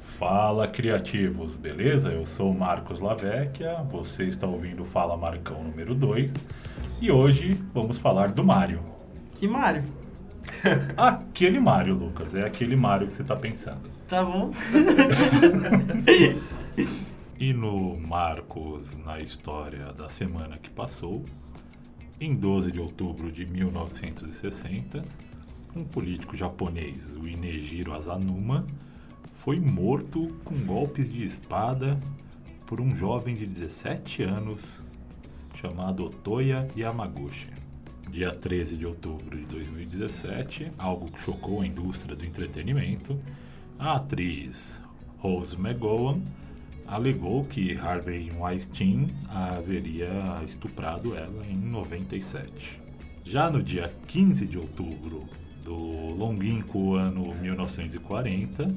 Fala criativos, beleza? Eu sou o Marcos Lavecchia, você está ouvindo o Fala Marcão número 2 e hoje vamos falar do Mario. Que Mário? Aquele Mario, Lucas, é aquele Mario que você está pensando. Tá bom? E no Marcos na História da Semana que Passou, em 12 de outubro de 1960, um político japonês, o Inejiro Asanuma, foi morto com golpes de espada por um jovem de 17 anos chamado Otoya Yamaguchi. Dia 13 de outubro de 2017, algo que chocou a indústria do entretenimento, a atriz Rose McGowan alegou que Harvey Weinstein haveria estuprado ela em 97. Já no dia 15 de outubro do longínquo ano 1940,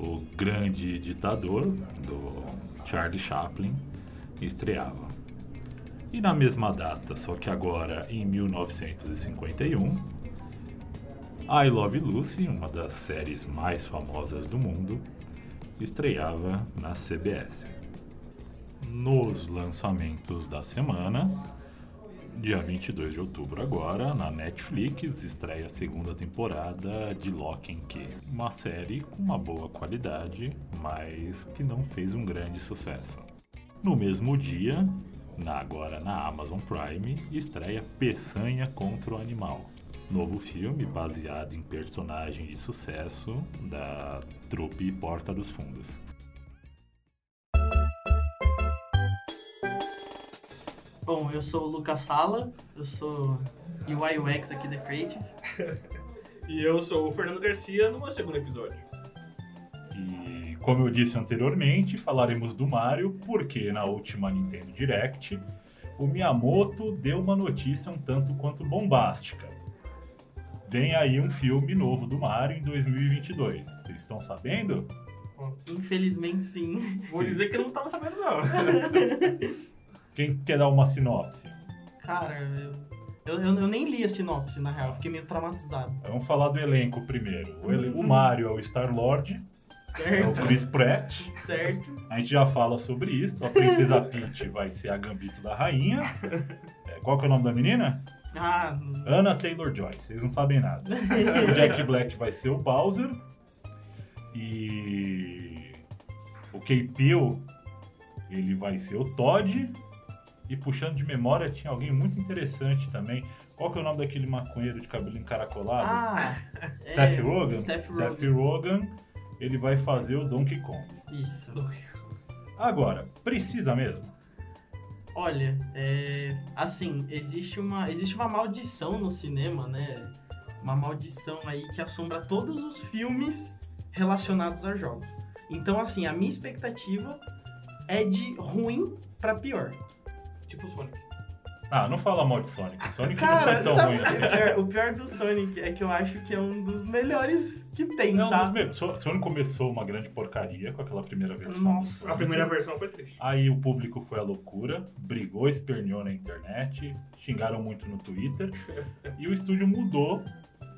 o grande ditador do Charlie Chaplin estreava. E na mesma data, só que agora em 1951, I Love Lucy, uma das séries mais famosas do mundo, estreava na CBS. Nos lançamentos da semana, dia 22 de outubro agora, na Netflix, estreia a segunda temporada de Lock and Key. Uma série com uma boa qualidade, mas que não fez um grande sucesso. No mesmo dia, na- agora na Amazon Prime, estreia Peçanha contra o Animal. Novo filme baseado em personagem de sucesso da trupe Porta dos Fundos. Bom, eu sou o Lucas Sala, eu sou UI UX aqui da Creative. E eu sou o Fernando Garcia no meu segundo episódio. E como eu disse anteriormente, falaremos do Mario, porque na última Nintendo Direct, o Miyamoto deu uma notícia um tanto quanto bombástica. Vem aí um filme novo do Mario em 2022. Vocês estão sabendo? Infelizmente, sim. Vou dizer que eu não tava sabendo, não. Quem quer dar uma sinopse? Cara, eu, eu, eu- eu nem li a sinopse, na real. Fiquei meio traumatizado. Vamos falar do elenco primeiro. O, ele- o Mario é o Star-Lord, é o Certo? Chris Pratt. certo. A gente já fala sobre isso. A Princesa Peach vai ser a Gambito da Rainha. É, Qual que é o nome da menina? Ah, não- Ana Taylor Joy, vocês não sabem nada. o Jack Black vai ser o Bowser. E o K-Pill, ele vai ser o Todd. E puxando de memória, tinha alguém muito interessante também. Qual que é o nome daquele maconheiro de cabelo encaracolado? ah é, Seth Rogen? Seth Rogen. Rogen, Ele vai fazer o Donkey Kong. Isso. Agora, precisa mesmo? Olha, é, assim, existe uma, existe uma maldição no cinema, né? Uma maldição aí que assombra todos os filmes relacionados a jogos. Então, assim, a minha expectativa é de ruim pra pior. Tipo o Sonic. Ah, não fala mal de Sonic. Sonic Cara, não foi tão sabe ruim o que assim. é pior? O pior do Sonic é que eu acho que é um dos melhores que tem, Não, um tá? mas mesmo, Son- Sonic começou uma grande porcaria com aquela primeira versão. Nossa. A primeira versão foi triste. Aí o público foi à loucura, brigou, esperneou na internet, xingaram muito no Twitter. e o estúdio mudou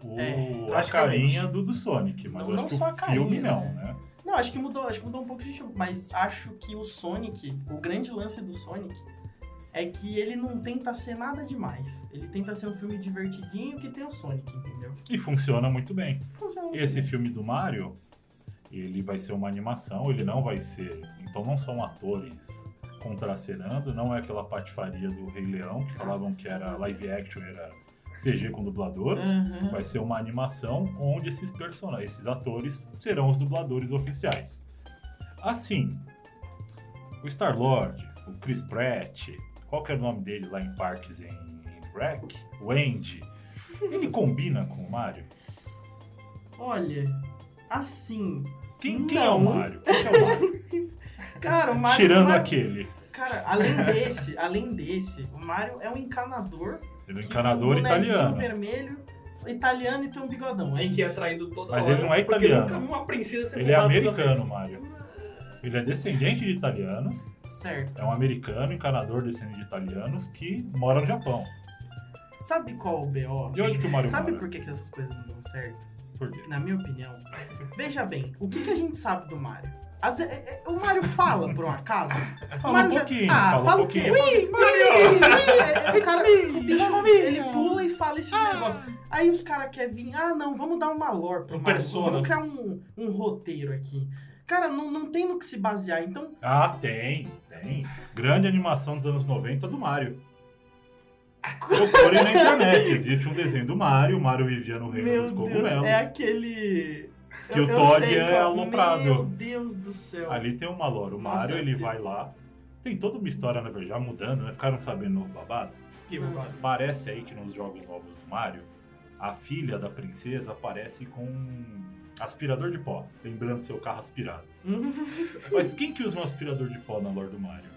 o, É, a praticamente. carinha do, do Sonic. Mas Não- eu não acho só a que o filme carinha, não, né? né? Não, acho que mudou, acho que mudou um pouco de estilo, mas acho que o Sonic, o grande lance do Sonic é que ele não tenta ser nada demais. Ele tenta ser um filme divertidinho que tem o Sonic, entendeu? E funciona muito bem. Funciona um muito Esse bem. filme do Mario, ele vai ser uma animação, ele não vai ser. Então não são atores contracenando, não é aquela patifaria do Rei Leão, que falavam que era live action, era CG com dublador. Uhum. Aham. Vai ser uma animação onde esses personagens, esses atores, serão os dubladores oficiais. Assim, o Star Lord, o Chris Pratt, qual que era o nome dele lá em Parques em, em Rec? O Andy. Ele combina com o Mario? Olha, assim, Quem, quem é o Não. Mario? Quem que é o Mario? cara, o Mario Tirando o Mario- aquele. Cara, além desse, além desse, o Mario é um encanador, Ele é um que encanador tem um bonezinho italiano. vermelho, italiano e tem um bigodão. É E que é isso. traído toda Mas hora. ele não é porque italiano. nunca vi uma princesa ser Ele é roubada toda americano, vez. Mario. Ele é descendente de italianos. Certo. É um americano, encanador descendente de italianos, que mora no Japão. Sabe qual o BO? De onde que o Mario Sabe mora? por que, que essas coisas não dão certo? for ver. na minha opinião. Veja bem, o que, que a gente sabe do Mario? As- é- é- o Mario fala, por um acaso? Fala Mario um já- pouquinho. Ah, fala, fala um o quê? pouquinho. Ui, é- é- o cara, It's me, o bicho, mamma mia. ele pula e fala esses Ah. negócios. Aí os caras querem vir, ah, não, vamos dar uma lore pro Um Mario. persona. Vamos criar um, um roteiro aqui. Cara, não, não tem no que se basear, então... Ah, tem, tem. Grande animação dos anos 90 do Mario. Procurem na internet, existe um desenho do Mario, o Mario vivia no reino Meu dos Deus, cogumelos. é aquele... Que eu- o eu Todd sei é qual- aloprado. Meu Deus do céu. Ali tem uma lore, o Então, Nossa, Mario ele sim. vai lá, tem toda uma história, na verdade, já mudando, né? Ficaram sabendo novo babado. Que babado. Parece aí que nos jogos novos do Mario, a filha da princesa aparece com um aspirador de pó, lembrando seu carro aspirado. Mas quem que usa um aspirador de pó na lore do Mario?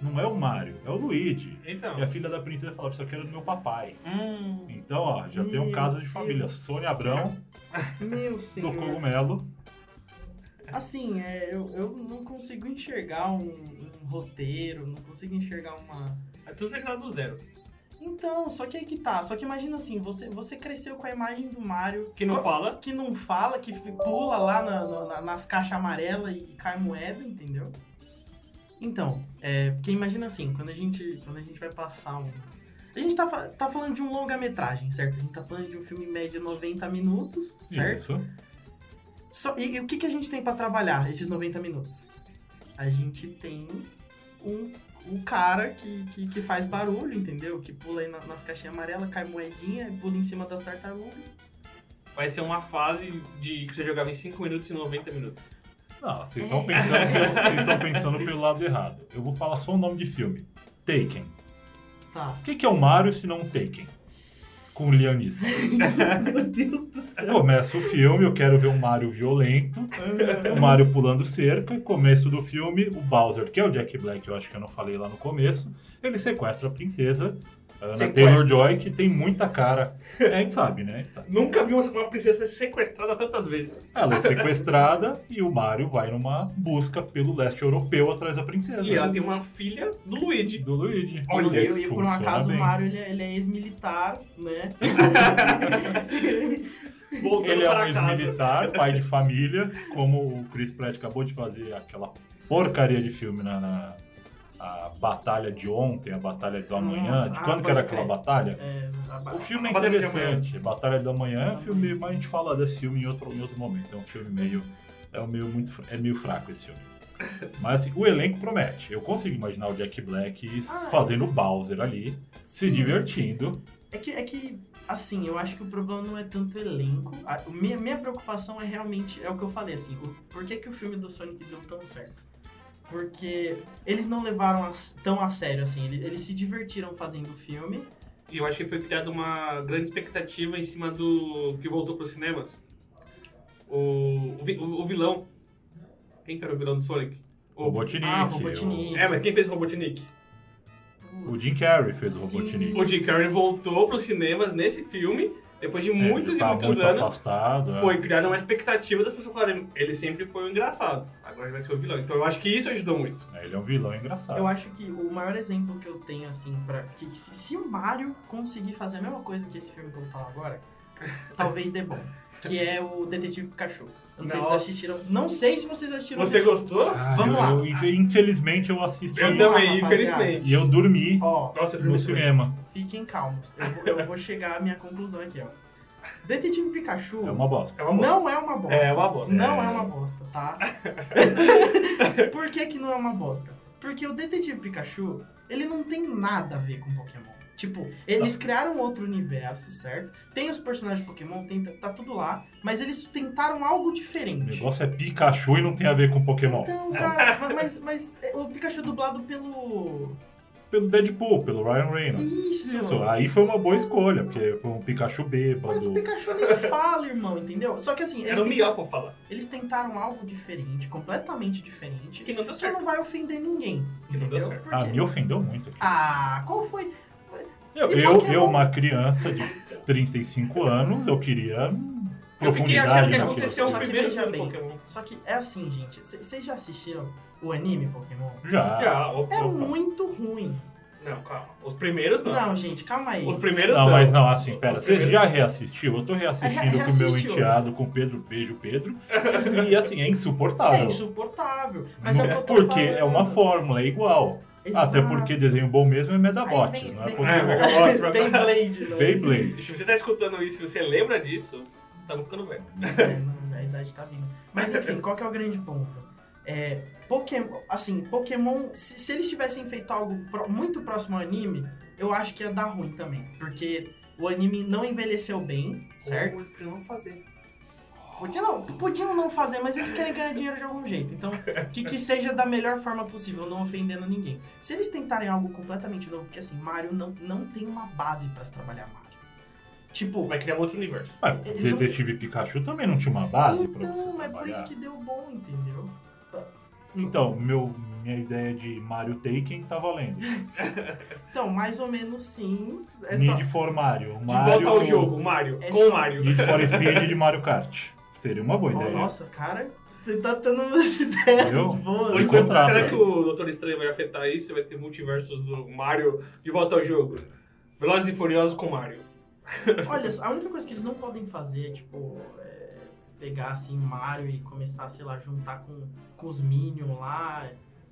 Não é o Mario, é o Luigi. Então. E a filha da princesa fala, isso aqui era do meu papai. Hum. Então, ó, já tem um Meu caso de Deus família. do Sônia céu. Abrão, Meu do senhor. cogumelo. Assim, é, eu, eu não consigo enxergar um, um roteiro, não consigo enxergar uma. É tudo secado do zero. Então, só que aí que tá. Só que imagina assim, você, você cresceu com a imagem do Mario Que não Co- fala. que não fala, que f- pula lá na- na- na- nas caixas amarelas e cai moeda, entendeu? Então, é, porque imagina assim, quando a gente, quando a gente vai passar um. A gente tá, fa- tá falando de um longa-metragem, certo? A gente tá falando de um filme em média 90 minutos, certo? Isso. Só- e, e o que, que a gente tem pra trabalhar esses 90 minutos? A gente tem um, um cara que, que, que faz barulho, entendeu? Que pula aí na- nas caixinhas amarelas, cai moedinha, pula em cima das tartarugas. Vai ser uma fase de que você jogava em 5 minutos e 90 minutos. Não, vocês estão pensando, vocês estão pensando pelo lado errado. Eu vou falar só o nome de filme. Taken. Tá. O que, que é o Mario se não um Taken? Com o Leonisson. Meu Deus do céu. Começa o filme, eu quero ver um Mario violento, o Mario pulando cerca. Começo do filme, o Bowser, que é o Jack Black, eu acho que eu não falei lá no começo, ele sequestra a princesa, a Anna Sequestra. Taylor-Joy, que tem muita cara. A gente sabe, né? A gente sabe. Nunca vi uma- uma princesa ser sequestrada tantas vezes. Ela é sequestrada e o Mario vai numa busca pelo leste europeu atrás da princesa. E ela tem uma filha do Luigi. Do Luigi. E- Olha, e, e por um funciona acaso bem. o Mario ele é, ele é ex-militar, né? Voltando Ele é um para casa. ex-militar, pai de família, como o Chris Pratt acabou de fazer aquela porcaria de filme na, na- a batalha de ontem, a batalha do amanhã. Nossa, de ah, quando que pode era aquela crer. batalha? É, a- O filme é Batalha de Amanhã. interessante. Batalha da Manhã é um filme, mas a gente fala desse filme em outro, em outro momento. É um filme meio. É um meio muito. fra- É meio fraco esse filme. Mas assim, o elenco promete. Eu consigo imaginar o Jack Black s- Ah. fazendo o Bowser ali, é se Sim. divertindo. É que, é que, assim, eu acho que o problema não é tanto o elenco. A, o minha, minha preocupação é realmente, é o que eu falei, assim, o- por que, que o filme do Sonic deu tão certo? Porque eles não levaram as- tão a sério, assim, eles, eles se divertiram fazendo o filme. E eu acho que foi criada uma grande expectativa em cima do que voltou para os cinemas. O, o, vi- o- o vilão. Quem que era o vilão do Sonic? O Robotnik. Ah, o- Robotnik. É, mas quem fez o Robotnik? O Jim Carrey fez o Sim. Robotnik. O Jim Carrey voltou para os cinemas nesse filme, depois de É, muitos e tava muitos muito anos. afastado. é. Foi criada uma expectativa das pessoas falarem, ele sempre foi o engraçado, agora ele vai ser o vilão. Então eu acho que isso ajudou muito. É, Ele é um vilão engraçado. Eu acho que o maior exemplo que eu tenho, assim, para que se, se o Mario conseguir fazer a mesma coisa que esse filme que eu vou falar agora, talvez dê bom. Que é o Detetive Pikachu. Eu não sei se vocês Nossa. assistiram. Não sei se vocês assistiram. Você gostou? Ah, Vamos eu- lá. eu- infe- infelizmente eu assisti Eu Vamos lá, também, rapaziada. infelizmente. e eu dormi Ó, Nossa, eu no dormi também. cinema. fiquem calmos. Eu vou, eu vou chegar à minha conclusão aqui, ó. Detetive Pikachu É uma bosta. É uma bosta. não é uma bosta. É uma bosta. Não é uma bosta, tá? Por que que não é uma bosta? Porque o Detetive Pikachu, ele não tem nada a ver com Pokémon. Tipo, eles criaram outro universo, certo? Tem os personagens de Pokémon, tem, tá tudo lá, mas eles tentaram algo O diferente. negócio é Pikachu e não tem a ver com Pokémon. Então, cara, ma- mas, mas é, o Pikachu é dublado pelo. Pelo Deadpool, pelo Ryan Reynolds. Isso! Isso, aí foi uma boa escolha, porque foi um Pikachu Mas o bêbado. Pikachu nem fala, irmão, entendeu? Só que assim, eles, Era É um o ten- melhor pra falar. eles tentaram algo diferente, completamente diferente, Que não deu que certo. não vai ofender ninguém. Que não deu Entendeu? certo. Ah, Porque- me ofendeu muito. aqui. é né? Ah, qual foi? eu, e eu, Pokémon? eu, uma criança de 35 anos, eu queria hum, Eu fiquei profundidade né? achando que ia naquilo. acontecer o Só que é primeiro veja filme do bem. Pokémon. Só que é assim, gente. c- Vocês já assistiram o anime Pokémon? Já. Já, É Ah, opa. muito ruim. Não, calma. Os primeiros não. Não, gente, calma aí. É Os primeiros não. Não, mas não, assim, pera, Os você primeiros- já reassistiu? Eu tô reassistindo com o meu Reassistiu. enteado, com o Pedro, beijo Pedro. E assim, é insuportável. É insuportável. Mas é, o que eu tô porque é uma falando. fórmula, é igual. Exato. Até porque desenho bom mesmo é Medabots, Aí vem- não é vem- né? Pokémon. É, Megabots, Beyblade, não. Beyblade. Se você tá escutando isso e você lembra disso, tá ficando velho. É, não, a idade tá vindo. Mas enfim, qual que é o grande ponto? É, Pokémon, assim, Pokémon, se, se eles tivessem feito algo pro- muito próximo ao anime, eu acho que ia dar ruim também. Porque o anime não envelheceu bem, certo? Como eles não fazer. Podiam não, podiam não fazer, mas eles querem ganhar dinheiro de algum jeito. Então, que, que seja da melhor forma possível, não ofendendo ninguém. Se eles tentarem algo completamente novo, porque assim, Mario não, não tem uma base pra se trabalhar Mario. Tipo, Vai criar um outro universo. Mas Eles não- Detetive Pikachu também não tinha uma base pra você então, é por trabalhar. isso que deu bom, entendeu? Então, meu, minha ideia de Mario Taken tá valendo. Então, mais ou menos sim. É só... Need for Mario. De Mario... volta ao jogo, Mario. É com só- o Mario. Need for Speed de Mario Kart. Seria uma boa Oh, ideia. nossa, cara, você tá tendo umas ideias né? Entendeu? boas. Ele Ou então, contrata. será que o Doutor Estranho vai afetar isso? Vai ter multiversos do Mario de volta ao jogo? Velozes e Furiosos com Mario. é. Olha, a única coisa que eles não podem fazer é, tipo, é, pegar assim Mario e começar, sei lá, juntar com, com os Minions lá,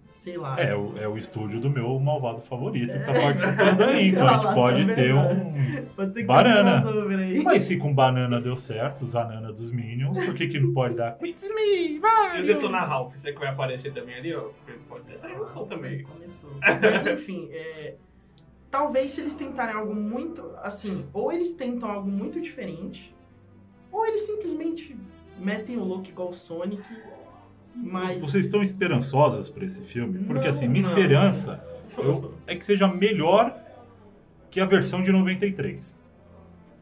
sei lá. É, o- é o estúdio do meu malvado favorito que tá É. participando aí. Então Tá a gente lá, pode tá ter vendo? um. Pode ser que Banana. tenha um crossover aí. Mas se com banana deu certo, os anana dos Minions, por que, que não pode dar? It's me, E o Mario! Detona Ralph, será que vai aparecer também ali? Ó? Pode ter essa Ah, relação também. Começou. Mas enfim, é, talvez se eles tentarem algo muito. Assim, ou eles tentam algo muito diferente, ou eles simplesmente metem o look igual o Sonic, mas. Vocês estão esperançosas pra esse filme? Porque Não, assim, minha não. esperança eu- é que seja melhor que a versão de 93.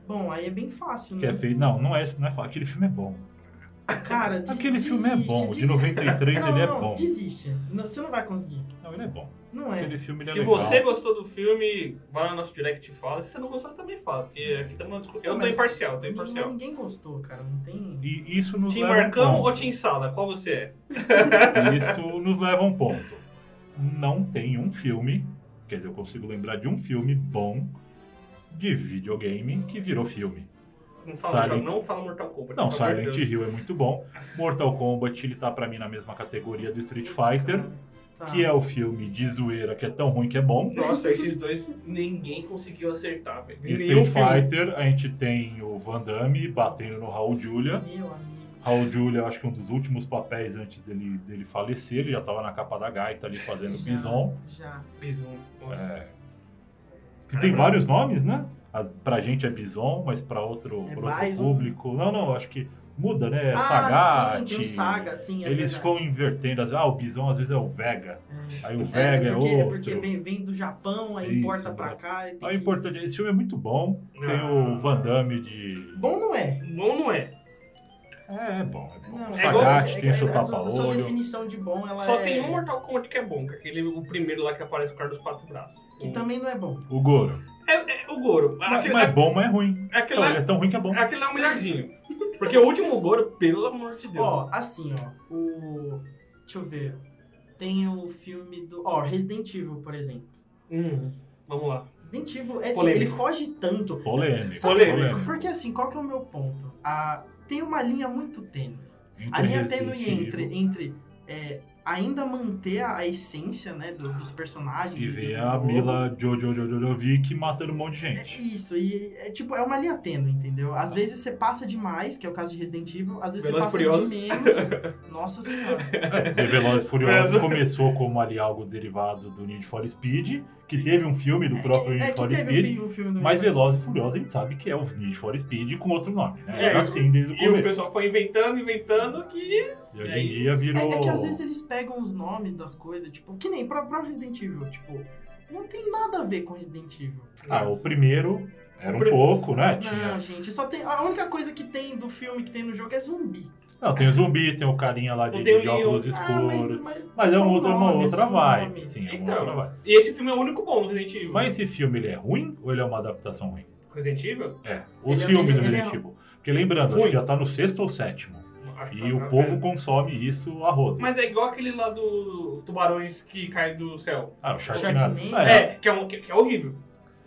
Bom, aí é bem fácil, né? Que é feito. Não, não é, não é fácil. Aquele filme é bom. Cara, des- Aquele desiste, filme é bom. O de desiste. 93 Não, ele é não, bom. Desiste. Não, você não vai conseguir. Não, ele é bom. Não é. Aquele filme ele é Se legal. você gostou do filme, vai no nosso direct e fala. Se você não gostou, também fala. Porque aqui tá uma discussão. Eu tô Mas imparcial, tô Ninguém, mas imparcial. ninguém gostou, cara. Não tem. E isso nos Tim leva a um Marcão ponto. ou Tim Sala? Qual você é? Isso nos leva a um ponto. Não tem um filme, quer dizer, eu consigo lembrar de um filme bom de videogame que virou filme. Não fala, Silent- não fala Mortal Kombat. Não, pelo amor de Silent Deus. Hill é muito bom. Mortal Kombat, ele tá pra mim na mesma categoria do Street Fighter, Tá. que é o filme de zoeira que é tão ruim que é bom. Nossa, esses dois ninguém conseguiu acertar, velho. E Nenhum Street filme. Fighter, a gente tem o Van Damme batendo no Raul Julia. Meu amigo. Raul Julia, eu acho que um dos últimos papéis antes dele, dele falecer, ele já tava na capa da gaita ali fazendo já- bison. Já. Bison. É. Nossa. Ah. Que tem vários nomes, né? As, pra gente é Bison, mas pra outro, É pra outro Bison. público. Não, não, acho que muda, né? É Ah, sim, Sagat. tem o Saga, sim. É Eles verdade. ficam invertendo. às vezes, Ah, o Bison às vezes é o Vega. Aí o Vega É, é, porque, é porque outro. vem, vem do Japão, aí Isso, importa né? pra cá. E tem Ah, o que- importante, esse filme é muito bom. Tem Ah. Não. o Van Damme de. Bom não é. Bom não é. É, é bom. É bom. Não, o é igual- Sagat tem seu a sua- a sua tapa-olho. definição de bom, ela Só é- tem um Mortal Kombat que é bom, que é aquele, o primeiro lá que aparece o cara dos quatro braços. Que o, também não é bom. O Goro. é, é o Goro. Mas, Aquele, mas é bom, mas é ruim. é, aquele, Então, ele lá, é tão ruim que é bom. aquele lá é o melhorzinho. Porque o último Goro, pelo amor de Deus. Ó, assim, ó. O... Deixa eu ver. Tem o filme do... Ó, Resident Evil, por exemplo. Hum, vamos lá. Resident Evil, é, assim, Polêmico. ele foge tanto. Polêmico. Polêmico. Porque assim, qual que é o meu ponto? A... Tem uma linha muito tênue. Entre A linha Resident tênue Evil entre, entre é, ainda manter a, a essência né, do- dos personagens. E do ver a jogo. Mila Jojo Jojo Jovic matando um monte de É gente. isso, e é tipo, é uma linha tênue, entendeu? Às vezes você passa demais, que é o caso de Resident Evil, às vezes Velozes você passa de menos. Nossa senhora. The Velozes e Furiosos Mas- começou como ali algo derivado do Need for Speed, que teve um filme do próprio É Need que for teve um Speed, filme, um filme do mas Need for Velozes e Furiosos a gente sabe que é o Need for Speed com outro nome, né? É, Era e- assim desde o E o começo. pessoal foi inventando, inventando que. E hoje em dia virou... Speed. É, é que às vezes eles pegam os nomes das coisas, tipo, que nem pro próprio Resident Evil, tipo, não tem nada a ver com Resident Evil. Ah, o primeiro era um Prim- pouco, né? Não, Tinha... gente, só tem. A única coisa que tem do filme que tem no jogo é zumbi. Não, tem o zumbi, tem o carinha lá de, Não tem o de óculos Leon. Ah, mas, escuros. mas, Mas é só um um outro- uma nome, é outra só um vibe, nome. sim, é uma Então. outra vibe. E esse filme é o único bom do Resident Evil. Mas esse filme, ele é ruim ou ele é uma adaptação ruim? Resident Evil? É, os Ele é- filmes ele- do ele é Resident Evil. Porque lembrando, acho ruim. que já tá no sexto ou sétimo. acho que E tá- o povo consome isso a roda. Mas é igual aquele lá do Tubarões que cai do céu. Ah, o Sharknado. Sharknado. Ah, é. É, que, é um- que- que é horrível.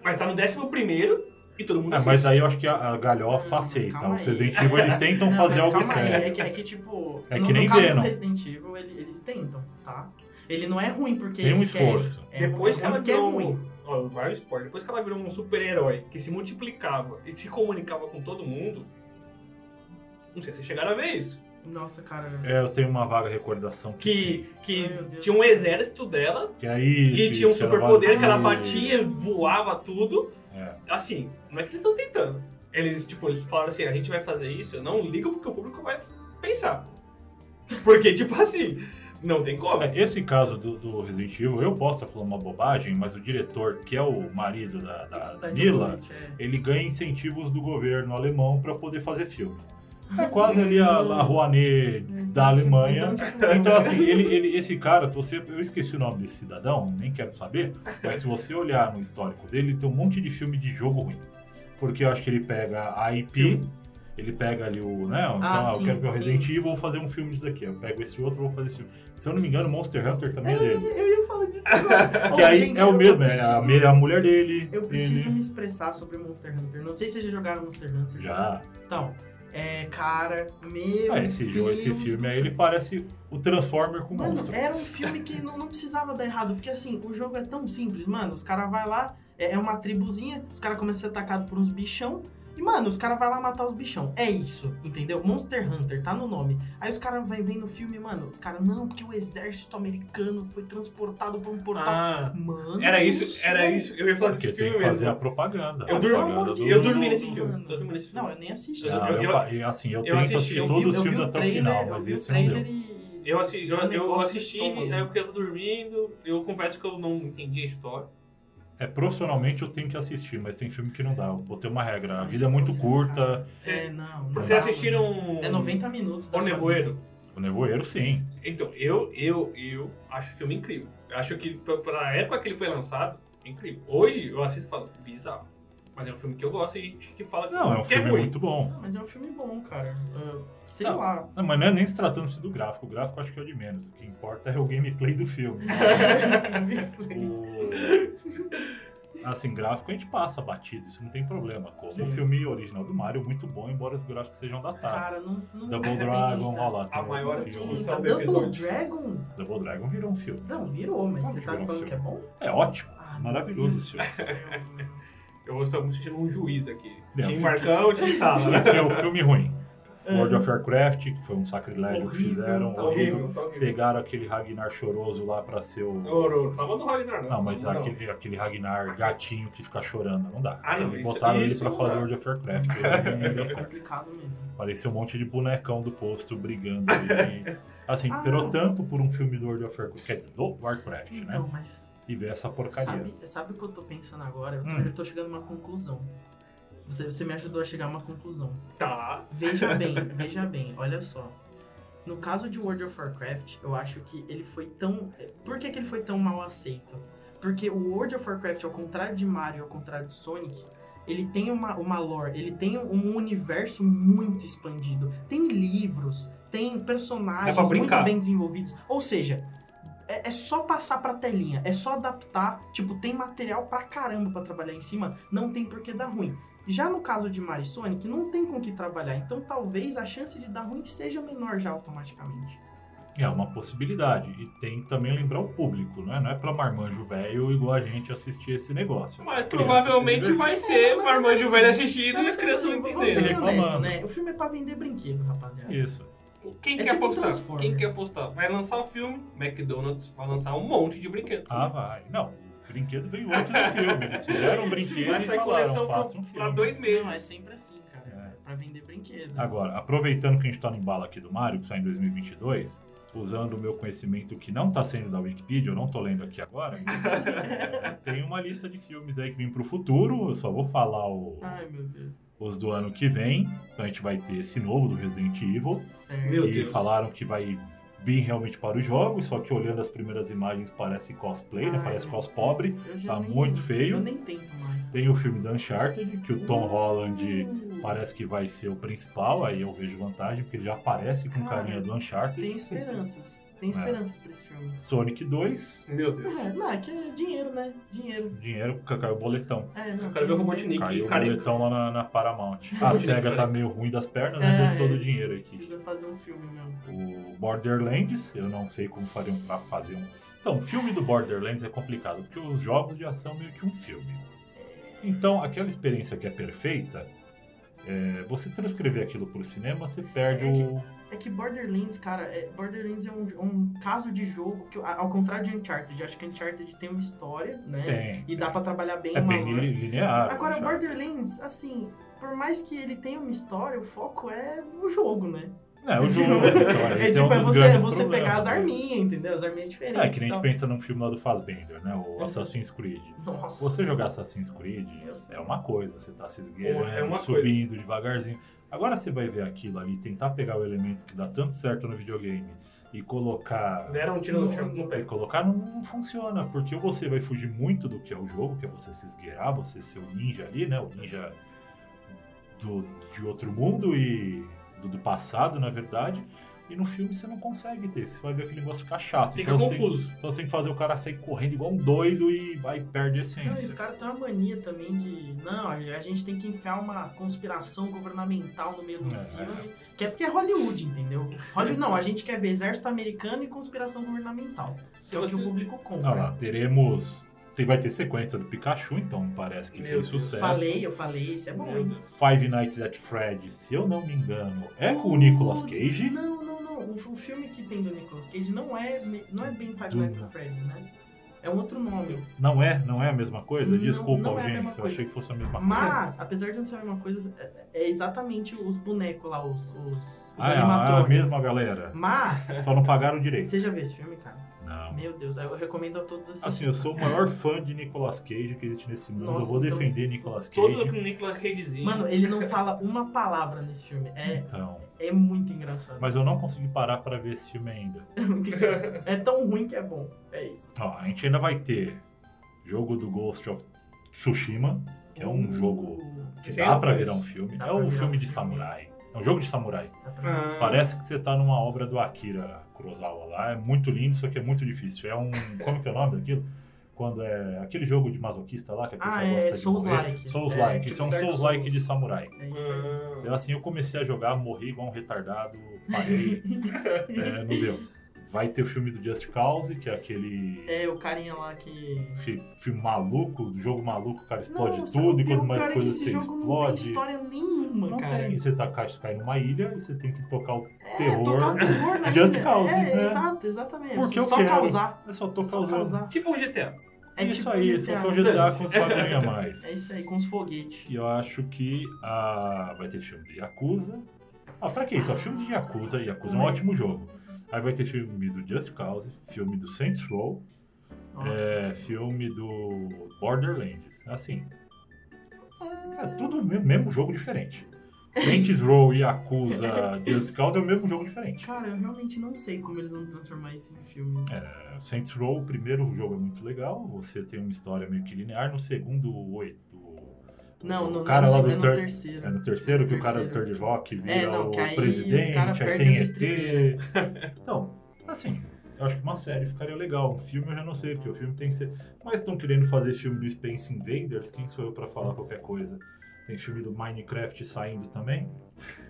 Mas tá no décimo primeiro e todo mundo É, mas aí eu acho que a, a galhofa Não, aceita. calma Os aí. Resident Evil, eles tentam Não, fazer mas algo calma aí, sério. É que, é que, tipo, É no, que nem no caso Venom. do Resident Evil, ele- eles tentam, tá? Ele não é ruim porque Tem um eles esforço. Querem. É Depois que ruim ela porque é virou ruim. um. Ó, vai o spoiler. Depois que ela virou um super-herói que se multiplicava e se comunicava com todo mundo. Não sei se chegaram a ver isso. Nossa, cara. É, eu tenho uma vaga recordação que, Que, que Ai, meu Deus. tinha um exército dela sim. que aí e isso, tinha um isso, superpoder que ela vários- batia, voava tudo. É. Assim, não é que eles estão tentando. Eles, tipo, eles falaram assim, a gente vai fazer isso, eu não ligo porque o público vai pensar. Porque, tipo assim, não tem como. É, Esse caso do, do Resident Evil, eu posso estar falando uma bobagem, mas o diretor, que é o marido da, da, da Da Mila, Djokovic, é. ele ganha incentivos do governo alemão para poder fazer filme. Ah, É quase ali a La Rouanet da Alemanha. Então, tipo, Então, assim, ele, ele- esse cara, se você. Eu esqueci o nome desse cidadão, nem quero saber, mas se você olhar no histórico dele, ele tem um monte de filme de jogo ruim. Porque eu acho que ele pega a IP, ele pega ali o. Né, então, Ah, ah, eu sim, quero ver o sim, Resident Evil, sim. vou fazer um filme disso daqui. Eu pego esse outro, vou fazer esse filme. Se eu não me engano, Monster Hunter também é dele. Eu ia falar disso agora. Que Ô, aí Ah, gente, é o eu mesmo, é a, preciso- me- a mulher dele. Eu preciso ele- me expressar sobre Monster Hunter. Não sei se vocês já jogaram Monster Hunter. Já. Então, é, cara, meu. Ah, esse, jo- Deus esse filme é do aí, céu. ele parece o Transformer com Mano, monstro. era um filme que não, não precisava dar errado, porque assim, o jogo é tão simples, mano. Os caras vai lá, é, é uma tribuzinha, os caras começam a ser atacados por uns bichão. E, mano, os caras vai lá matar os bichão. É isso, entendeu? Monster Hunter, tá no nome. Aí os caras vêm vem no filme, mano, os caras, não, porque o exército americano foi transportado por um portal. Ah, Mano, era do isso, era céu. isso. Eu ia falar Porque desse tem filme que fazer a mesmo. propaganda. Eu a durmo- um propaganda do- eu dormi nesse Não, filme, mano. eu dormi nesse filme. Não, eu nem assisti. Não, Eu- eu, eu- pa- eu, assim, eu, eu tento assisti, assistir eu vi- todos os eu vi filmes o até o trailer, final, eu mas vi o esse não deu. trailer e... Eu, assi- eu, É um eu negócio assisti, de estômago. aí eu ficava dormindo. Eu confesso que eu não entendi a história. É, profissionalmente eu tenho que assistir, mas tem filme que não dá. Eu botei uma regra. A Mas vida é muito você- curta. É, não. não dá, Vocês mano. assistiram É 90 minutos. da O sua Nevoeiro? O Nevoeiro, sim. Então, eu, eu, eu acho o filme incrível. Eu acho que pra, pra época que ele foi lançado, é incrível. Hoje eu assisto e falo, bizarro. Mas é um filme que eu gosto e que fala que Não, é um que filme ruim. muito bom. vida. Mas é um filme bom, cara. Eu- sei Não. lá. Não, mas não é nem se tratando-se do gráfico. O gráfico acho que é o de menos. O que importa é o gameplay do filme. Tá. O- Assim, gráfico a gente passa batido, isso não tem problema. Como Sim. o filme original do Mario, muito bom, embora os gráficos sejam Cara, datados. não. não é Double Dragon, olha lá, tem A um maior outro filme. edição. do então. Double episódio. Dragon? Double Dragon virou um filme. Não, virou, mas Não, você tá virou falando que é filme. bom? É ótimo, Ah, maravilhoso esse meu filme. Deus do céu, mano. Eu estou me sentindo um juiz aqui. Não, Tim É filme- Marcão, Tim Sala. né? Esse é um filme ruim. Ah, World of Warcraft, que foi um sacrilégio que Horrível, fizeram, tá É. Tá horrível. horrível, tá horrível. Pegaram aquele Ragnar choroso lá pra ser o. Ô, ô, Fala do Ragnar, não. Não, mas Não. aquele, aquele Ragnar gatinho que fica chorando, não dá. Ah, não, Eles isso- botaram ele isso pra não fazer dá. World of Warcraft. ele não deu É certo. complicado mesmo. Parecia um monte de bonecão do posto brigando ali. Assim, Ah. esperou tanto por um filme do World of Warcraft, quer dizer, do Warcraft, Então, né? mas. E ver essa porcaria. Sabe, sabe o que eu tô pensando agora? Eu tô, Hum. eu tô chegando a uma conclusão. Você, você me ajudou a chegar a uma conclusão. Tá. Veja bem, veja bem, olha só. No caso de World of Warcraft, eu acho que ele foi tão. Por que, que ele foi tão mal aceito? Porque o World of Warcraft, ao contrário de Mario, ao contrário de Sonic, ele tem uma, uma lore, ele tem um universo muito expandido. Tem livros, tem personagens Dá pra muito brincar. bem desenvolvidos. Ou seja, é, é só passar pra telinha, é só adaptar. Tipo, tem material pra caramba pra trabalhar em cima, não tem por que dar ruim. Já no caso de Mario e Sonic, não tem com o que trabalhar, então talvez a chance de dar ruim seja menor já automaticamente. É uma possibilidade. E tem que também lembrar o público, né? Não é pra marmanjo velho igual a gente assistir esse negócio. Mas Criança se provavelmente diverte. vai ser É, mas Marmanjo assim, Velho assistindo e Mas, as crianças não assim, Vamos ser entenderem. bem honesto, Reclamando. né? O filme é pra vender brinquedo, rapaziada. Isso. Quem É quer tipo apostar? Transformers. Quem quer apostar? Vai lançar o filme, McDonald's vai lançar um monte de brinquedo. Ah, vai. Não, o brinquedo veio antes do filme. Eles fizeram um brinquedo vai e sair falaram, coleção pra, faça um pra filme. dois meses. Não, é sempre assim, cara. É pra vender brinquedo. Agora, aproveitando que a gente tá no embalo aqui do Mario, que sai em 2022, usando o meu conhecimento que não tá sendo da Wikipedia, eu não tô lendo aqui agora, é, tem uma lista de filmes aí que vem pro futuro, eu só vou falar o- Ai, meu Deus. os do ano que vem, então a gente vai ter esse novo do Resident Evil, Certo. Meu que Deus. falaram que vai vir realmente para os jogos, só que olhando as primeiras imagens parece cosplay, né? Ai, Parece meu Deus. cospobre. Eu já tá nem- muito feio. Eu nem tento mais. Hum, Tem o filme da Uncharted, que o Tom Holland parece que vai ser o principal, aí eu vejo vantagem, porque ele já aparece com Cara. carinha do Uncharted. Tem esperanças. Tem É. esperanças pra esse filme. Sonic 2, Meu Deus. É, não, é que é dinheiro, né? Dinheiro. dinheiro, ca- caiu o boletão. É, não. Eu quero ver o Robotnik. Caiu o cara, boletão lá na, na Paramount. A Sim, SEGA cara. tá meio ruim das pernas, É, né? Deu todo é. o dinheiro aqui. Precisa fazer uns filmes mesmo. O Borderlands, eu não sei como fariam pra fazer um. Então, o filme do Borderlands é complicado, porque os jogos de ação meio que um filme. Então, aquela experiência que é perfeita, é, você transcrever aquilo pro cinema, você perde É que- o. É que Borderlands, cara, é- Borderlands é um, um caso de jogo que, a- ao contrário de Uncharted, eu acho que Uncharted tem uma história, né? Tem. E dá pra trabalhar bem É uma bem lore. li- linear. Agora, já. Borderlands, assim, por mais que ele tenha uma história, o foco é o jogo, né? É, o jogo. então, É, esse um tipo, é dos você, grandes você pegar problemas. né? as arminhas, então. entendeu? As arminhas diferentes. É, que nem a e gente tal. pensa num filme lá do Fassbender, né? Uhum. O Assassin's Creed. Nossa. Você jogar Assassin's Creed é uma coisa, você tá se esgueirando, É uma subindo devagarzinho. Agora você vai ver aquilo ali, tentar pegar o elemento que dá tanto certo no videogame e colocar. Deram um tiro no chão no E pé. É, colocar não, não funciona, porque você vai fugir muito do que é o jogo, que é você se esgueirar, você ser o ninja ali, né? O ninja do, de outro mundo e do, do passado, na verdade. E no filme você não consegue ter, você vai ver aquele negócio ficar chato. Fica Então você tem- confuso. então você tem que fazer o cara sair correndo igual um doido e aí perde a Não, e os essência. caras têm uma mania também de. Não, a a gente tem que enfiar uma conspiração governamental no meio do É. filme. Que é porque é Hollywood, entendeu? Hollywood, não, a gente quer ver exército americano e conspiração governamental. Que Então, Se é o que você- o público Olha compra. lá, teremos. tem- Vai ter sequência do Pikachu, então parece que Meu fez Deus. sucesso. falei, eu falei, isso é bom, Meu hein? Deus. Five Nights at Fred, se eu não me engano, é com o Nicolas Putz, Cage. Não, não, não. O, o filme que tem do Nicolas Cage não é, me- não é bem Five Duna. Nights at Freddy's, né? É um outro nome. Não é? Não é a mesma coisa? Não, Desculpa, não é a mesma audiência, eu coisa. achei que fosse a mesma coisa. Mas, apesar de não ser a mesma coisa, é- é exatamente os bonecos lá, os, os, os Ah, é a- a animatrônicos. mesma galera. Mas, Só não pagaram direito. você já viu esse filme, cara? Não. Meu Deus, eu recomendo a todos assistir. Assim, eu sou o maior fã de Nicolas Cage que existe nesse mundo. Nossa, eu vou então- defender Nicolas Cage. Todo com o Nicolas assim. Cagezinho. Mano, ele não fala uma palavra nesse filme. É, Então, é muito engraçado. mas eu não consegui parar pra ver esse filme ainda. É muito engraçado. É tão ruim que é bom. É isso. Ó, a gente ainda vai ter jogo do Ghost of Tsushima, que é um jogo Uh, que Sim, dá eu pra conheço. virar um filme. Dá é pra um virar filme um de filme. samurai. É um jogo de samurai. Dá pra Ah, Parece que você tá numa obra do Akira Kurosawa lá. É muito lindo, só que é muito difícil. É um. Como que é o nome daquilo? Quando é aquele jogo de masoquista lá que a pessoa Ah, é gosta de Souls-like. morrer. Souls-like. É, Isso é tipo um Dark Souls-like Souls. de samurai. É isso aí. Eu, assim, eu comecei a jogar, morri igual um retardado, parei. é, não deu. Vai ter o filme do Just Cause, que é aquele É o carinha lá que. fi- filme maluco, do jogo maluco, o cara explode Não, sabe, tudo, e tem quanto um mais cara coisa que esse você jogo não tem explode. história nenhuma, Não cara. tem. Você tá, cai, cai numa ilha e você tem que tocar o É, tocar terror. o terror na Just linha. cause, é, né? Exato, exatamente. Porque eu só quero. causar. Eu é só tô só causando. causar. Tipo um GTA. É isso tipo aí, GTA. só que eu já dá com os bagulho a mais. É isso aí, com os foguetes. E eu acho que ah, vai ter filme de Yakuza. Ah, pra que isso? Ah, filme de Yakuza. Yakuza é um Também. ótimo jogo. Aí vai ter filme do Just Cause, filme do Saints Row, Nossa. é, filme do Borderlands. Assim, é tudo o mesmo, mesmo jogo diferente. Saints Row, Yakuza, Just Cause é o mesmo jogo diferente. Cara, eu realmente não sei como eles vão transformar isso em filmes. É, Saints Row, o primeiro jogo é muito legal, você tem uma história meio que linear. No segundo, o oito. o- Não, o no, cara no, lá do é no Third- terceiro. É no terceiro que o cara do Terceiro. Third Rock vira É, não, o que aí os presidente, cara aí perdem tem as ET. então, assim, eu acho que uma série ficaria legal. Um filme eu já não sei, porque o filme tem que ser. Mas estão querendo fazer filme do Space Invaders, quem sou eu pra falar qualquer coisa? Tem filme do Minecraft saindo também.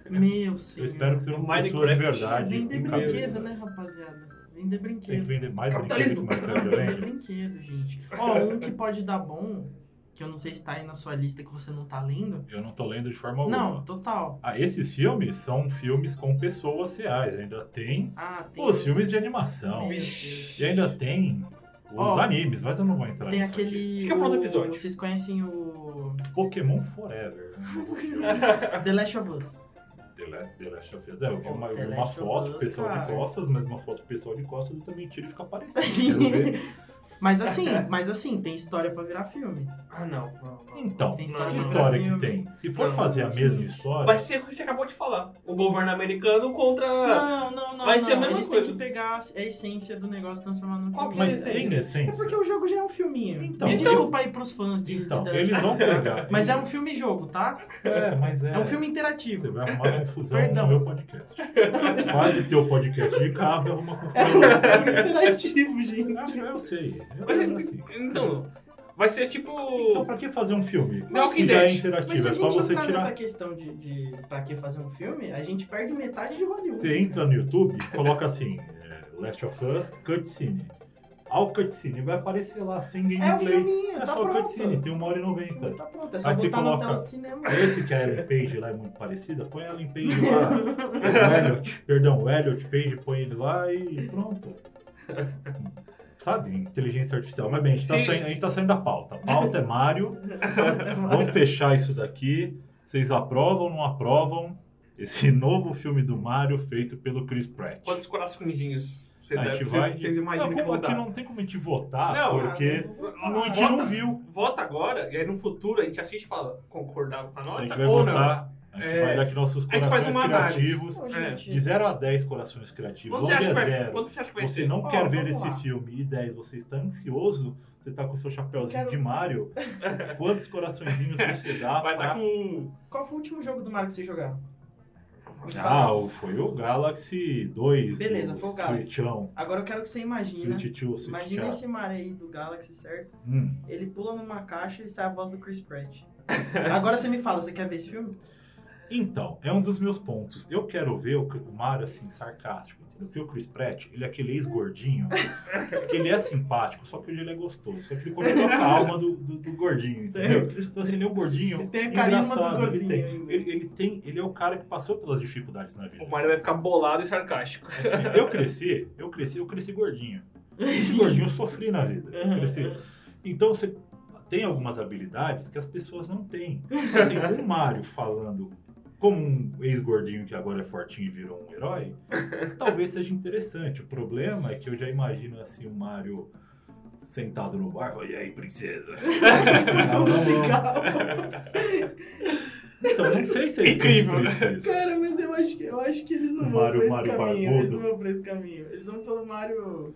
Meu senhor. é. eu espero que sejam Minecraft pessoas de Ah, verdade. Vender com brinquedo, cabeça. né, rapaziada? Vender Tem que brinquedo. vender mais Capitalismo. brinquedo que é o Vender Minecraft vende. brinquedo, gente. Ó, um que pode dar bom, que eu não sei se tá aí na sua lista que você não tá lendo. Eu não tô lendo de forma Não, alguma. total. Ah, esses filmes são filmes com pessoas reais. Ainda tem Ah, tem. os filmes de Meu animação. Deus. E ainda tem os Ó, animes, mas eu não vou entrar Tem nisso aquele. Fica pra outro o- episódio. Vocês conhecem o. aqui. Pokémon Forever. The Last of Us. The La- The Last of Us. É, eu vi uma, eu vi The uma Last of foto, Us, pessoal de cara. costas, mas uma foto pessoal de costas eu também tiro e fica parecendo. Quero ver. Mas assim, mas assim, tem história pra virar filme. Ah, não. não, não. Então, Tem que história né? pra história virar que filme. tem? Se for Não, fazer a não. mesma história, Vai ser o que você acabou de falar. O governo americano contra. Não, não, não. vai não. ser a mesma Eles coisa. têm que pegar a essência do negócio e transformar num Qual filme. que é a mas tem essência? É essência. porque o jogo já é um filminho. Então, Me eu- desculpa aí pros fãs de, de Então, Dungeon. eles vão pegar. Mas é um filme-jogo, tá? É, mas é. É um filme Você interativo. vai arrumar confusão Perdão. no meu podcast. Quase teu podcast de carro é uma É um confusão. Ah, filme interativo, gente. Eu, eu sei. Eu, assim. Então, vai ser tipo. Então, pra que fazer um filme? Não, Se que já é ideia. interativo, Mas se é a só gente você entrar tirar. nessa questão de, de pra que fazer um filme, a gente perde metade de Hollywood. Você entra no YouTube, coloca assim: é, Last of Us cutscene. Ao cutscene vai aparecer lá, sem É um gameplay. filminho, tá só pronto. cutscene, tem 1 hora e O filme 90. Tá pronto, é só Aí você botar na coloca- É, tela do cinema. Esse que a Ellen Page lá é muito parecida, põe a Ellen Page lá. o Elliot, perdão, o Elliot Page, põe ele lá e pronto. Sabe? Inteligência artificial. Mas bem, a gente, tá Sim. saindo, a gente tá saindo da pauta. A pauta é Mario. Vamos fechar isso daqui. Vocês aprovam ou não aprovam esse novo filme do Mario feito pelo Chris Pratt? Quantos coraçõezinhos você a deve, gente vai. vocês imaginam não, que como vão aqui dar? não tem como a gente votar, Não, porque não, a gente vota. não viu. Vota agora, e aí no futuro a gente assiste e fala, concordava com a A gente nota vai ou não? votar. A gente É. vai dar aqui nossos A gente faz corações uma análise. criativos. Pô, É, gente, De 0 a 10 corações criativos, Quando onde você, acha é que vai, 0? quando você acha que vai Você ser? não Ó, quer vamos ver esse lá. filme e 10, você está ansioso, você tá com seu chapéuzinho Quero- de Mario. Quantos coraçõezinhos você dá Vai pra... dar com... Qual foi o último jogo do Mario que vocês jogaram? Ah, o- foi o Galaxy 2. Beleza, do foi o Galaxy. Switchão. Agora eu quero que você imagine. né? Switch 2, Switch Imagina Chat. esse Mario aí do Galaxy, certo? Hum. Ele pula numa caixa e sai a voz do Chris Pratt. Agora você me fala, você quer ver esse filme? Então, é um dos meus pontos. Eu quero ver o o Mario, assim, sarcástico. Entendeu? Porque o Chris Pratt, ele é aquele ex-gordinho, que ele é simpático, só que hoje ele é gostoso. Só que ele continua com a alma do, do- do gordinho, entendeu? Então, assim, ele é um gordinho Ele tem a carisma do engraçado, gordinho. Ele tem. ainda. Ele, ele tem, ele é o cara que passou pelas dificuldades na vida. O Mario vai ficar bolado e sarcástico. Eu cresci, eu cresci, eu cresci gordinho. Eu cresci gordinho, é eu sofri na vida. Eu cresci. Então você tem algumas habilidades que as pessoas não têm. Assim, o Mário falando como um ex-gordinho que agora é fortinho e virou um herói, talvez seja interessante. O problema é que eu já imagino assim o Mário sentado no bar, falando, e aí, princesa? é Não, musical. Então, não sei se é Incrível. né? incrível. Princesa. Cara, mas eu acho que, eu acho que eles não O vão Mario- por esse Mario caminho. barbudo. Eles não vão por esse caminho. Eles vão pelo Mario.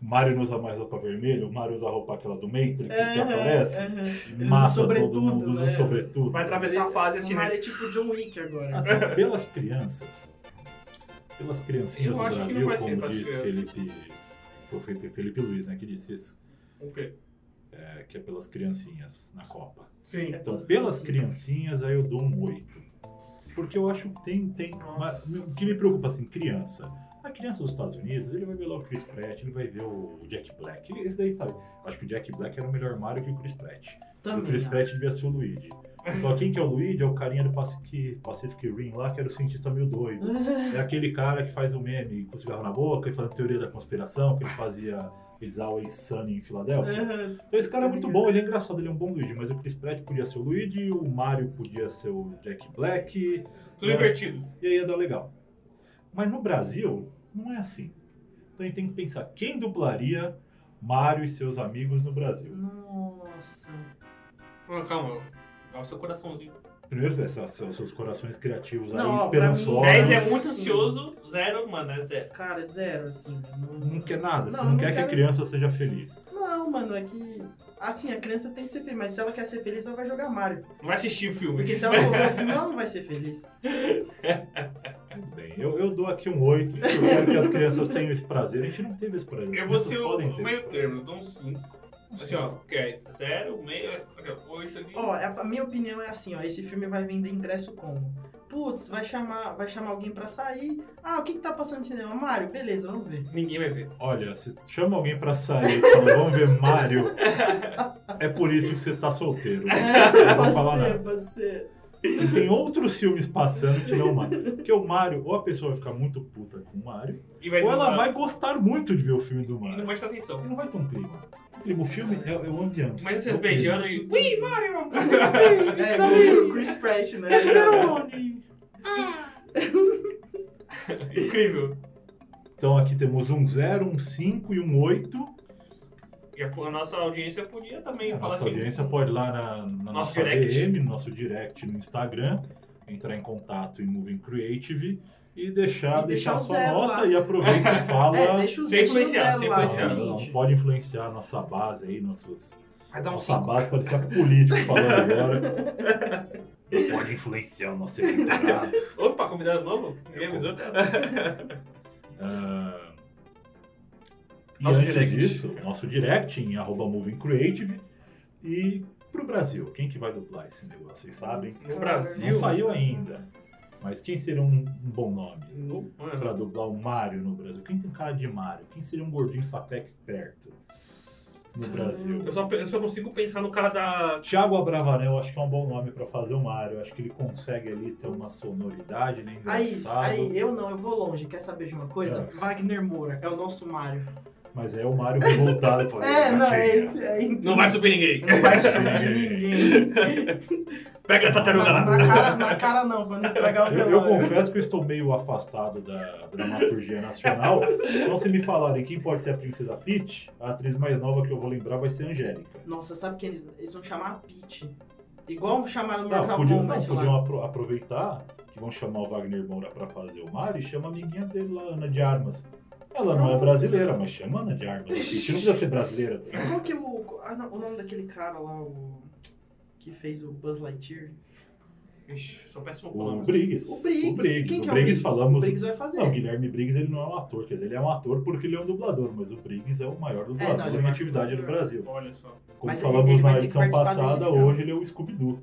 O Mario não usa mais roupa vermelha, o Mario usa a roupa aquela do Matrix É, que Aham, aparece. aham. e usam Mata todo sobretudo, mundo, usa um né? sobretudo. Vai atravessar a fase assim, O né? Mario é tipo John Wick agora. Assim, pelas crianças, pelas criancinhas Eu do acho que é assim. Brasil, não vai ser como pras diz crianças. Felipe, foi, foi- foi Felipe Luiz, né, que disse isso, O quê? é, que é pelas criancinhas na Copa. Sim. É Então, pelas pelas criancinhas. criancinhas, aí eu dou um 8. Porque eu acho que tem, tem, mas Nossa. o que me preocupa, assim, criança. A criança dos Estados Unidos, ele vai ver lá o Chris Pratt, ele vai ver o Jack Black. Ele- Esse daí tá. Acho que o Jack Black era o melhor Mario que o Chris Pratt. O Também. Chris ó. Pratt devia ser o Luigi. Só quem que é o Luigi é o carinha do Pacific, Pacific Rim lá, que era o cientista meio doido. É aquele cara que faz o meme com cigarro na boca e fazendo teoria da conspiração, que ele fazia It's Always Sunny em Filadélfia. Aham. Então, esse cara é muito bom, ele é engraçado, ele é um bom Luigi, mas o Chris Pratt podia ser o Luigi, o Mario podia ser o Jack Black, Tudo invertido. e aí ia dar legal. Mas no Brasil, não é assim. Então a gente tem que pensar, quem dublaria Mario e seus amigos no Brasil? Nossa. Ah, calma. Dá o seu coraçãozinho. Primeiro, esses são seus corações criativos Não, aí, ó, pra mim, esperançosos. 10 é Nossa. muito ansioso, 0, mano, é 0. Cara, zero, assim. Não quer nada, você Não, não, não quer que a quero- criança seja feliz. Não, mano, é que. Assim, a criança tem que ser feliz, mas se ela quer ser feliz, ela vai jogar Mario. Não vai assistir o filme. Porque se ela for ver o filme, ela não vai ser feliz. Tudo bem, eu, eu dou aqui um 8, porque eu quero que as crianças tenham esse prazer. A gente não teve esse prazer. as Eu vou crianças ser o podem ter esse meio prazer. termo, eu dou um 5. Assim, ó, que é 0, meio, 8 ali. Ó, a a minha opinião é assim, ó, esse filme vai vender ingresso como? Putz, vai chamar, vai chamar alguém pra sair. Ah, o que que tá passando no cinema? Mario, beleza, vamos ver. Ninguém vai ver. Olha, se chama alguém pra sair e fala, vamos ver Mario, é por isso que você tá solteiro. É, Não vou pode falar ser, nada. pode ser. E tem outros filmes passando que não Mario. Porque o Mario, ou a pessoa vai ficar muito puta com o Mario, E vai ou ela tomar- vai gostar muito de ver o filme do E não Mario. presta atenção. E não vai ter um clima. O clima, o filme é, é o ambiente. Imagina vocês beijando e. Ui, Mario! É, meio Chris Pratt, né? um Incrível. Então aqui temos um 0, um 5 e um 8. E a, a nossa audiência podia É, também A falar nossa assim. audiência pode ir lá na, na Nosso nossa direct. DM, no nosso direct no Instagram, entrar em contato em Moving Creative e deixar, deixar E deixar a o sua zero nota lá. e aproveita e fala. É, deixa os Sem deixa no influenciar, zero sem lá, influenciar. Não, gente. pode influenciar nossa base aí, nossos, Vai dar um nossa 5. base, parecia político falando agora. Não pode influenciar o nosso eleitorado. Opa, convidado novo? Ninguém Eu avisou? Ah, e Nosso antes direct. disso, nosso direct em arroba Moving Creative e pro Brasil. Quem que vai dublar esse negócio, vocês sabem? No Brasil. Não saiu ainda. Mas quem seria um um bom nome No- mano, pra dublar o Mario no Brasil? Quem tem cara de Mario? Quem seria um gordinho sapé esperto no Brasil? Eu só, eu só consigo pensar no cara da. Tiago Abravanel, acho que é um bom nome pra fazer o Mario. Acho que ele consegue ali ter uma sonoridade, né? Aí, Engraçado. aí, eu não, eu vou longe. Quer saber de uma coisa? Wagner Moura é o nosso Mário. Mas é o Mario revoltado. né, pô, É, não, é gatinha. esse. É, Não vai subir ninguém. Não vai subir ninguém. Pega a tartaruga na, lá. na cara, na cara não, pra não estragar o Eu, eu velório. confesso que eu estou meio afastado da dramaturgia nacional. Então, se me falarem quem pode ser a Princesa Peach, a atriz mais nova que eu vou lembrar vai ser a Angélica. Nossa, sabe que eles, eles vão chamar a Pete. Igual chamaram no Não, Mortal podiam, não, Kombat lá. podiam apro- aproveitar que vão chamar o Wagner Moura pra fazer o Mario e chama a amiguinha dele lá, Ana de Armas. Ela não é brasileira, mas chama Ana de Armas. A Peach não precisa ser brasileira. tá? Qual que é o, ah, não, o nome daquele cara lá, o que fez o Buzz Lightyear? Vixe, sou péssimo com O nomes. Briggs. O Briggs. O Briggs, Quem o que é o Briggs Briggs? falamos. O Briggs vai fazer. Não, o Guilherme Briggs ele não é um ator, quer dizer, ele é um ator porque ele é um dublador, mas o Briggs é o maior dublador ele é em maior atividade no dublador. Brasil. Olha só. Como Mas falamos ele vai na ter que edição participar desse passada, filme. hoje ele é o Scooby-Doo.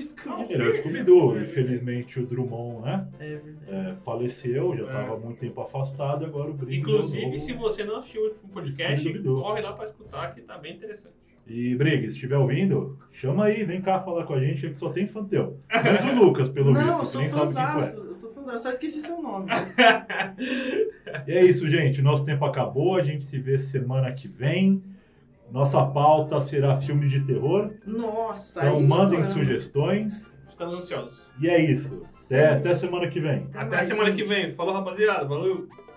Scooby-Doo. Ele é o Scooby-Doo. Infelizmente o Drummond, né? É verdade. é, faleceu, já É. estava muito tempo afastado, agora o Briggs. é o Inclusive, novo. se você não assistiu o último podcast, Scooby-Doo. corre lá pra escutar que tá bem interessante. E Briggs, se estiver ouvindo, chama aí, vem cá falar com a gente, é que só tem fã teu. Mas o Lucas, pelo Não, eu visto, que sou nem sabe quem tu fãzaço, eu sou fãzaço, só esqueci seu nome. é. E é isso, gente. Nosso tempo acabou, a gente se vê semana que vem. Nossa pauta será filmes de terror. Nossa, Então Tá aí mandem estouramos. sugestões. Estamos ansiosos. E é isso. Até, É até isso. semana que vem. Até Até mais, semana que gente. vem. Falou, rapaziada. Valeu.